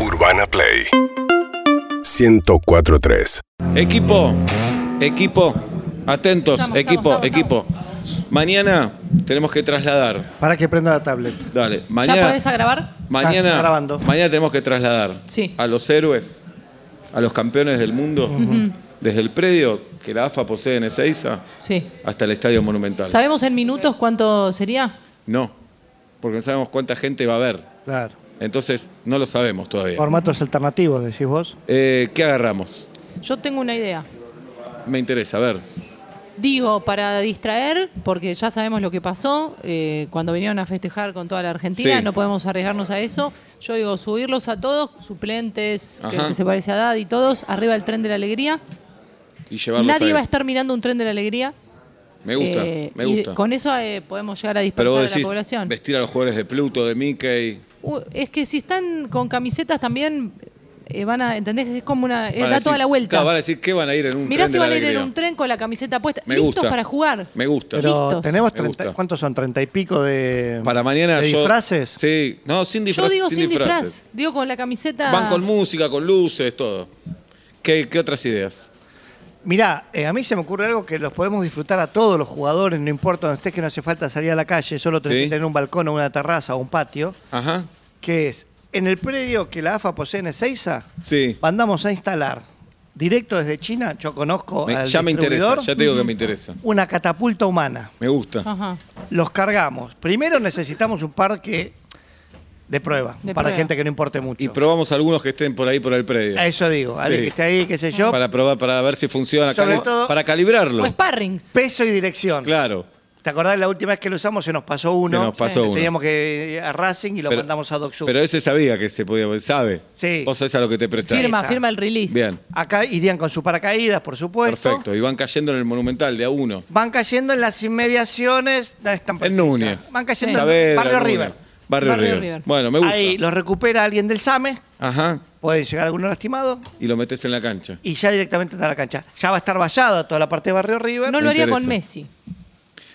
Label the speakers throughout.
Speaker 1: Urbana Play 104.3
Speaker 2: Equipo, equipo, atentos,
Speaker 3: Estamos,
Speaker 2: equipo,
Speaker 3: estamos,
Speaker 2: equipo.
Speaker 3: estamos,
Speaker 2: Mañana tenemos que trasladar.
Speaker 4: Para que prenda la tablet.
Speaker 2: Dale,
Speaker 3: ¿Ya
Speaker 2: mañana.
Speaker 3: podés a grabar?
Speaker 2: Mañana,
Speaker 4: Ah, grabando.
Speaker 2: mañana tenemos que trasladar
Speaker 3: Sí.
Speaker 2: a los héroes, a los campeones del mundo, desde el predio que la AFA posee en Ezeiza
Speaker 3: Sí.
Speaker 2: hasta el Estadio Monumental.
Speaker 3: ¿Sabemos en minutos cuánto sería?
Speaker 2: No, porque no sabemos cuánta gente va a ver.
Speaker 4: Claro.
Speaker 2: Entonces, no lo sabemos todavía.
Speaker 4: Formatos alternativos, decís vos.
Speaker 2: Eh, ¿Qué agarramos?
Speaker 3: Yo tengo una idea.
Speaker 2: Me interesa, a ver.
Speaker 3: Digo, para distraer, porque ya sabemos lo que pasó, eh, cuando vinieron a festejar con toda la Argentina,
Speaker 2: Sí.
Speaker 3: no podemos arriesgarnos a eso. Yo digo, subirlos a todos, suplentes, que,
Speaker 2: Ajá.
Speaker 3: que se parece a Dad y todos, arriba el tren de la alegría.
Speaker 2: Y llevarlos
Speaker 3: Nadie
Speaker 2: ahí.
Speaker 3: va a estar mirando un tren de la alegría.
Speaker 2: Me gusta,
Speaker 3: Eh,
Speaker 2: me
Speaker 3: y
Speaker 2: gusta.
Speaker 3: con eso eh, podemos llegar a dispersar
Speaker 2: Pero vos
Speaker 3: a la
Speaker 2: decís,
Speaker 3: población.
Speaker 2: vestir a los jugadores de Pluto, de Mickey.
Speaker 3: Uh, es que si están con camisetas también eh, van a, ¿entendés? Es como una... eh,
Speaker 2: Van a
Speaker 3: da
Speaker 2: decir-
Speaker 3: toda la vuelta.
Speaker 2: Claro, van a decir que van a ir en un
Speaker 3: Mirá
Speaker 2: tren
Speaker 3: si
Speaker 2: de la
Speaker 3: van a ir en
Speaker 2: alegría.
Speaker 3: un tren con la camiseta puesta.
Speaker 2: Me
Speaker 3: listos
Speaker 2: gusta.
Speaker 3: para jugar.
Speaker 2: Me gusta.
Speaker 4: Pero
Speaker 3: Listos.
Speaker 4: tenemos
Speaker 2: Me
Speaker 4: 30,
Speaker 2: gusta.
Speaker 4: ¿cuántos son? ¿30 y pico de,
Speaker 2: Para mañana
Speaker 4: de
Speaker 2: yo-
Speaker 4: disfraces?
Speaker 2: Sí, no, sin
Speaker 3: Yo
Speaker 2: disfraces.
Speaker 3: digo sin disfraz.
Speaker 2: disfraces.
Speaker 3: Digo con la camiseta.
Speaker 2: Van con música, con luces, todo. ¿Qué, qué otras ideas?
Speaker 4: Mirá, eh, a mí se me ocurre algo que los podemos disfrutar a todos los jugadores, no importa donde estés, que no hace falta salir a la calle, solo tenés
Speaker 2: Sí.
Speaker 4: que tener un balcón o una terraza o un patio,
Speaker 2: Ajá.
Speaker 4: que es, en el predio que la AFA posee en Ezeiza,
Speaker 2: Sí.
Speaker 4: mandamos a instalar, directo desde China, yo conozco
Speaker 2: Me-
Speaker 4: al
Speaker 2: ya me interesa,
Speaker 4: distribuidor,
Speaker 2: ya te digo que me interesa.
Speaker 4: una catapulta humana.
Speaker 2: Me gusta.
Speaker 3: Ajá.
Speaker 4: Los cargamos. Primero necesitamos un parque de prueba,
Speaker 3: De
Speaker 4: para
Speaker 3: prueba.
Speaker 4: gente que no importe mucho.
Speaker 2: Y probamos algunos que estén por ahí por el predio.
Speaker 4: a eso digo, alguien
Speaker 2: Sí.
Speaker 4: que esté ahí, qué sé yo,
Speaker 2: Para probar, para ver si funciona.
Speaker 4: Sobre
Speaker 2: cali-
Speaker 4: todo-
Speaker 2: para calibrarlo.
Speaker 3: O sparrings.
Speaker 4: peso y dirección.
Speaker 2: Claro.
Speaker 4: ¿Te acordás la última vez que lo usamos? Se nos pasó uno.
Speaker 2: Se nos pasó
Speaker 4: que
Speaker 2: uno.
Speaker 4: Teníamos que ir a Racing y lo
Speaker 2: Pero-
Speaker 4: mandamos a Doc Sur.
Speaker 2: Pero ese sabía que se podía, sabe.
Speaker 4: Sí.
Speaker 2: Vos sabés a lo que te prestás.
Speaker 3: Firma,
Speaker 4: está.
Speaker 3: firma el release.
Speaker 2: Bien.
Speaker 4: Acá irían con sus paracaídas, por supuesto.
Speaker 2: Perfecto. Y van cayendo en el monumental de a uno.
Speaker 4: Van cayendo en las inmediaciones. No es tan
Speaker 2: En
Speaker 4: precisa.
Speaker 2: Núñez.
Speaker 4: Van cayendo en
Speaker 2: Saavedra,
Speaker 4: Barrio
Speaker 2: Núñez.
Speaker 4: River.
Speaker 2: Barrio,
Speaker 3: Barrio
Speaker 2: River.
Speaker 3: River.
Speaker 2: Bueno, me gusta.
Speaker 4: Ahí los recupera alguien del SAME.
Speaker 2: Ajá.
Speaker 4: Pueden llegar algunos lastimados.
Speaker 2: Y lo metes en la cancha.
Speaker 4: Y ya directamente está la cancha. Ya va a estar vallada toda la parte de Barrio River.
Speaker 3: No lo
Speaker 2: Me
Speaker 3: haría con
Speaker 2: interesa. Eh,
Speaker 3: Messi.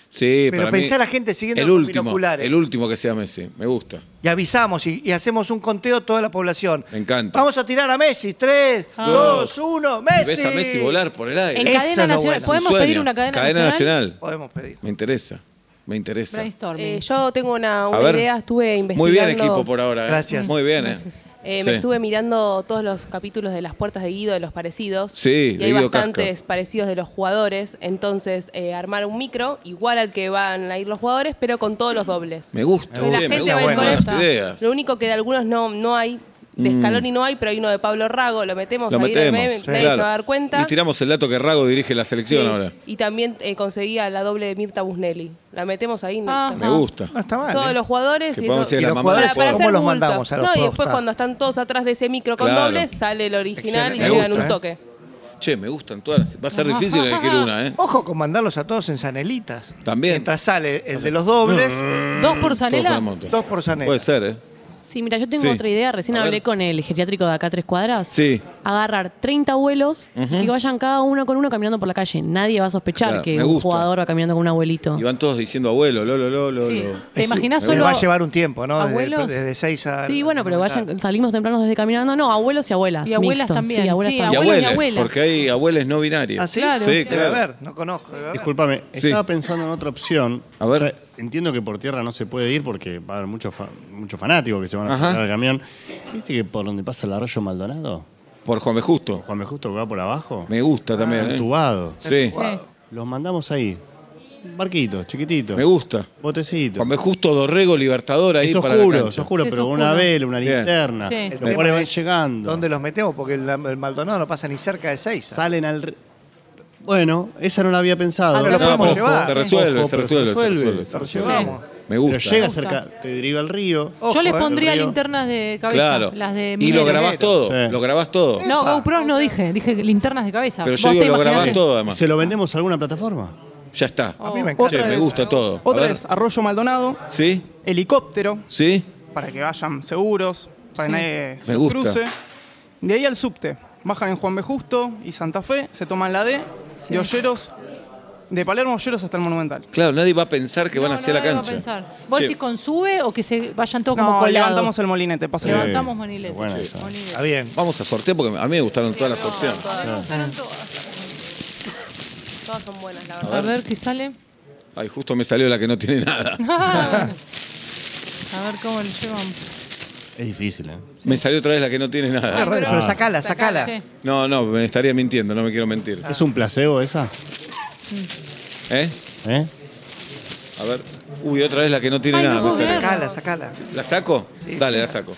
Speaker 2: Sí,
Speaker 4: Pero
Speaker 2: para mí-
Speaker 4: pensá la gente siguiendo
Speaker 2: el
Speaker 4: con
Speaker 2: último,
Speaker 4: binoculares.
Speaker 2: El último que sea Messi. Me gusta.
Speaker 4: Y avisamos y, y hacemos un conteo toda la población.
Speaker 2: Me encanta.
Speaker 4: Vamos a tirar a Messi. Tres,
Speaker 3: Ah.
Speaker 4: dos, uno.
Speaker 2: Y
Speaker 4: Messi.
Speaker 2: ves a Messi volar por el aire.
Speaker 5: Eh,
Speaker 3: En
Speaker 4: Eso
Speaker 3: cadena
Speaker 4: es lo
Speaker 3: nacional.
Speaker 4: bueno.
Speaker 3: ¿Podemos
Speaker 2: Un
Speaker 3: pedir
Speaker 2: sueño.
Speaker 3: una cadena,
Speaker 2: nacional?
Speaker 4: Podemos pedir.
Speaker 2: Me interesa. Me interesa.
Speaker 3: Brainstorming.
Speaker 5: Eh, yo tengo una, una
Speaker 2: A ver.
Speaker 5: idea, estuve
Speaker 2: Muy
Speaker 5: investigando.
Speaker 2: bien, equipo, por ahora. ¿eh?
Speaker 4: Gracias.
Speaker 2: Muy bien, ¿eh?
Speaker 3: Gracias.
Speaker 5: eh,
Speaker 2: Sí.
Speaker 5: Me estuve mirando todos los capítulos de Las Puertas de Guido, de los parecidos.
Speaker 2: Sí,
Speaker 5: y
Speaker 2: de
Speaker 5: hay
Speaker 2: Guido
Speaker 5: bastantes
Speaker 2: Casca.
Speaker 5: parecidos de los jugadores. Entonces, eh, armar un micro, igual al que van a ir los jugadores, pero con todos los dobles.
Speaker 2: Me gusta.
Speaker 5: Que la
Speaker 2: che, me
Speaker 5: gente
Speaker 2: gustan
Speaker 5: va a ir con
Speaker 2: buenas
Speaker 5: esa.
Speaker 2: ideas. Mm.
Speaker 5: Lo único que de algunos no, no hay, de Scaloni no hay, pero hay uno de Pablo Rago, lo metemos
Speaker 2: Lo
Speaker 5: ahí en el
Speaker 2: metemos.
Speaker 5: meme,
Speaker 2: sí,
Speaker 5: nadie
Speaker 2: claro.
Speaker 5: se va a dar cuenta.
Speaker 2: Y tiramos el dato que Rago dirige la selección
Speaker 5: Sí,
Speaker 2: ahora.
Speaker 5: Y también eh, conseguía la doble de Mirta Busnelli. La metemos ahí. no-
Speaker 3: Ah.
Speaker 2: Me gusta.
Speaker 4: No está mal.
Speaker 5: todos
Speaker 4: ¿eh?
Speaker 5: los jugadores
Speaker 2: Que
Speaker 5: y,
Speaker 2: podamos
Speaker 5: eso-
Speaker 2: ir a
Speaker 4: Y
Speaker 2: la
Speaker 4: los
Speaker 2: mamá
Speaker 4: jugadores,
Speaker 2: del
Speaker 5: para
Speaker 2: pueblo.
Speaker 5: hacer
Speaker 4: ¿cómo los
Speaker 5: bulto.
Speaker 4: mandamos a los
Speaker 5: No, y después
Speaker 4: postas?
Speaker 5: cuando están todos atrás de ese micro con
Speaker 2: Claro.
Speaker 5: dobles, sale el original
Speaker 4: Excelente.
Speaker 5: y
Speaker 2: Me
Speaker 5: llegan
Speaker 2: gusta,
Speaker 5: un
Speaker 2: ¿eh?
Speaker 5: toque.
Speaker 2: Che, me gustan todas. las- Va a ser difícil elegir una, ¿eh?
Speaker 4: Ojo con mandarlos a todos en zanelitas.
Speaker 2: También.
Speaker 4: Mientras sale el de los dobles.
Speaker 3: ¿Dos por
Speaker 2: Todos
Speaker 3: Zanela?
Speaker 2: con monte.
Speaker 4: Dos por zanela.
Speaker 2: Puede ser, ¿eh?
Speaker 6: Sí, mira, yo tengo
Speaker 2: Sí.
Speaker 6: otra idea. Recién
Speaker 2: A ver.
Speaker 6: hablé con el geriátrico de acá a tres cuadras.
Speaker 2: Sí.
Speaker 6: Agarrar 30 abuelos y que vayan cada uno con uno caminando por la calle. Nadie va a sospechar
Speaker 2: Claro, me
Speaker 6: que un
Speaker 2: gusta.
Speaker 6: jugador va caminando con un abuelito.
Speaker 2: Y van todos diciendo abuelo, lolo, lolo.
Speaker 3: Sí. Eh,
Speaker 2: lolo.
Speaker 3: ¿Te
Speaker 4: Es-
Speaker 3: imaginas
Speaker 4: les
Speaker 3: solo
Speaker 4: va a llevar un tiempo, ¿no? Desde-
Speaker 3: abuelos?
Speaker 4: Desde, seis a. Ah,
Speaker 6: Sí, bueno, pero vayan, salimos temprano desde caminando. No, abuelos y abuelas.
Speaker 3: Y abuelas
Speaker 6: mixtos.
Speaker 3: también,
Speaker 6: Sí, abuelas
Speaker 3: sí,
Speaker 2: Y
Speaker 3: abuelos.
Speaker 6: también.
Speaker 3: Abuelo y
Speaker 2: abuelas,
Speaker 3: abuela.
Speaker 2: porque hay abuelas no binarias.
Speaker 4: ¿Ah, sí?
Speaker 3: Claro.
Speaker 2: Sí,
Speaker 4: Debe
Speaker 2: claro.
Speaker 4: haber, no conozco. debe haber.
Speaker 7: Discúlpame,
Speaker 2: Sí.
Speaker 7: estaba pensando en otra opción.
Speaker 2: A ver.
Speaker 7: entiendo que por tierra no se puede ir porque va a haber muchos fa- muchos fanáticos que se van a
Speaker 2: Ajá.
Speaker 7: juntar al camión. ¿Viste que por donde pasa el arroyo Maldonado?
Speaker 2: Por Juan B. Justo.
Speaker 7: Juan B. Justo que va por abajo.
Speaker 2: Me gusta también. ¿eh?
Speaker 7: Entubado.
Speaker 2: Sí.
Speaker 7: Los mandamos ahí. Barquitos, chiquititos.
Speaker 2: Me gusta.
Speaker 7: Botecitos.
Speaker 2: Juan B. Justo, Dorrego, Libertador ahí
Speaker 7: Es
Speaker 2: para la
Speaker 7: oscuro,
Speaker 2: cancha.
Speaker 7: es oscuro,
Speaker 3: Sí, es
Speaker 7: pero con una
Speaker 3: oscuro.
Speaker 7: vela, una
Speaker 2: Bien.
Speaker 7: linterna.
Speaker 3: Sí.
Speaker 7: Los
Speaker 4: El
Speaker 7: jugadores
Speaker 4: tema
Speaker 7: van
Speaker 4: es
Speaker 7: llegando.
Speaker 4: ¿Dónde los metemos? Porque el, el Maldonado no pasa ni cerca de seis.
Speaker 7: Salen al. re- Bueno, esa no la había pensado.
Speaker 3: Ah, pero
Speaker 4: lo
Speaker 2: No,
Speaker 4: podemos
Speaker 2: ojo,
Speaker 4: llevar.
Speaker 2: se resuelve,
Speaker 7: Ojo,
Speaker 2: se
Speaker 7: pero
Speaker 2: resuelve, se resuelve.
Speaker 7: resuelve.
Speaker 4: Lo llevamos.
Speaker 2: Me gusta.
Speaker 7: Pero llega
Speaker 3: Me gusta.
Speaker 7: cerca, te deriva al río.
Speaker 4: Ojo,
Speaker 3: yo les
Speaker 4: eh,
Speaker 3: pondría
Speaker 7: el río.
Speaker 3: linternas de cabeza.
Speaker 2: Claro.
Speaker 3: Las de
Speaker 2: y lo
Speaker 3: mineros.
Speaker 2: grabás todo.
Speaker 7: Sí.
Speaker 2: Lo grabás todo.
Speaker 3: No, GoPros no dije. Dije linternas de cabeza.
Speaker 2: Pero yo
Speaker 3: Vos
Speaker 2: digo,
Speaker 3: te
Speaker 2: lo
Speaker 3: imaginás Oh.
Speaker 2: grabás
Speaker 3: que-
Speaker 2: todo
Speaker 7: ¿Y
Speaker 2: además.
Speaker 7: se lo vendemos a alguna plataforma?
Speaker 2: Ya está.
Speaker 4: A mí me
Speaker 2: Che,
Speaker 4: encanta.
Speaker 2: me gusta todo. A
Speaker 8: Otra
Speaker 2: ver.
Speaker 8: es Arroyo Maldonado,
Speaker 2: ¿Sí?
Speaker 8: helicóptero,
Speaker 2: ¿Sí?
Speaker 8: para que vayan seguros, para que nadie se
Speaker 2: Me
Speaker 8: los
Speaker 2: gusta.
Speaker 8: cruce. De ahí al subte, bajan en Juan B. Justo y Santa Fe, se toman la D, de Olleros De Palermo Olleros hasta el Monumental.
Speaker 2: Claro, nadie va a pensar que van
Speaker 3: No,
Speaker 2: hacia
Speaker 3: no,
Speaker 2: la
Speaker 3: no iba a
Speaker 2: cancha.
Speaker 3: pensar. ¿Vos
Speaker 2: Che,
Speaker 3: decís con sube o que se vayan todos como
Speaker 8: No,
Speaker 3: colados?
Speaker 8: levantamos el molinete, pasa que-
Speaker 3: Levantamos Monileto,
Speaker 7: Buena
Speaker 3: sí,
Speaker 7: esa.
Speaker 3: Monileto.
Speaker 4: Está bien.
Speaker 2: Vamos a sortear porque a mí me gustaron todas las opciones.
Speaker 5: Todas, todas son buenas, la verdad.
Speaker 3: A ver qué sale.
Speaker 2: Ay, justo me salió la que no tiene nada.
Speaker 3: Ah, A ver cómo lo llevan.
Speaker 7: Es difícil, ¿eh?
Speaker 2: Me salió otra vez la que no tiene
Speaker 4: Pero,
Speaker 2: nada.
Speaker 4: pero sacala, sacala.
Speaker 3: Sí.
Speaker 2: No, no, me estaría mintiendo, no me quiero mentir.
Speaker 4: Ah.
Speaker 7: ¿Es un placebo esa?
Speaker 2: ¿Eh?
Speaker 7: ¿Eh?
Speaker 2: A ver. Uy, otra vez la que no tiene
Speaker 3: Ay, no
Speaker 2: nada. me
Speaker 3: puedo
Speaker 2: salió.
Speaker 3: creer.
Speaker 4: Sacala, sacala.
Speaker 2: ¿La saco?
Speaker 4: Sí,
Speaker 2: Dale,
Speaker 4: sí.
Speaker 2: la saco.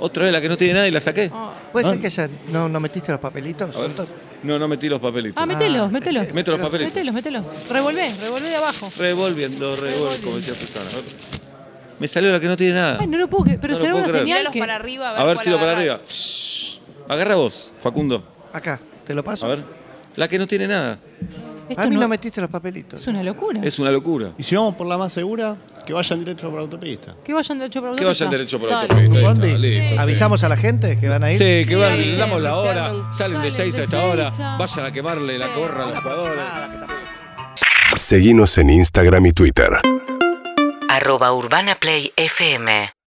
Speaker 2: Otra vez la que no tiene nada y la saqué.
Speaker 4: ¿Puede ser que esa- no, no metiste los papelitos?
Speaker 2: A ver. No, no metí los papelitos.
Speaker 3: Ah, mételos, mételos.
Speaker 2: Meto eh, los papelitos.
Speaker 3: Mételos, mételos. Revolvé, revolvé de abajo.
Speaker 2: Revolviendo, revolviendo, como decía Susana. A ver. Me salió la que no tiene nada.
Speaker 3: Ay, no lo puedo creer.
Speaker 2: Ah.
Speaker 3: Pero
Speaker 2: No lo
Speaker 3: será
Speaker 2: puedo
Speaker 3: una
Speaker 2: creer.
Speaker 3: señal
Speaker 5: Míralos
Speaker 3: que...
Speaker 5: para arriba, a ver,
Speaker 2: A ver,
Speaker 5: cuál
Speaker 2: tiro para
Speaker 5: agarrás.
Speaker 2: arriba. Shh. Agarra vos, Facundo.
Speaker 4: Acá, te lo paso.
Speaker 2: A ver. La que no tiene nada.
Speaker 3: Esto
Speaker 4: A mí
Speaker 3: no-
Speaker 4: no metiste los papelitos.
Speaker 3: Es una locura.
Speaker 2: Es una locura.
Speaker 7: Y si vamos por la más segura, que vayan directo por autopista.
Speaker 3: Que vayan derecho por
Speaker 2: Que vayan derecho por
Speaker 3: Dale.
Speaker 2: autopista. Ahí
Speaker 4: ¿Bondi?
Speaker 2: está, listo, sí.
Speaker 4: ¿Avisamos a la gente que van a ir?
Speaker 2: Sí, que van,
Speaker 5: sí,
Speaker 2: damos
Speaker 5: sí,
Speaker 2: la
Speaker 5: sí,
Speaker 2: hora,
Speaker 5: salen-
Speaker 2: salen de
Speaker 3: salen
Speaker 2: 6 a
Speaker 3: de
Speaker 2: esta
Speaker 3: seis
Speaker 2: hora,
Speaker 3: a-
Speaker 2: vayan a quemarle la
Speaker 3: Sí.
Speaker 2: gorra a los jugadores.
Speaker 1: Seguinos en Instagram y Twitter.
Speaker 9: arroba urbanaplayfm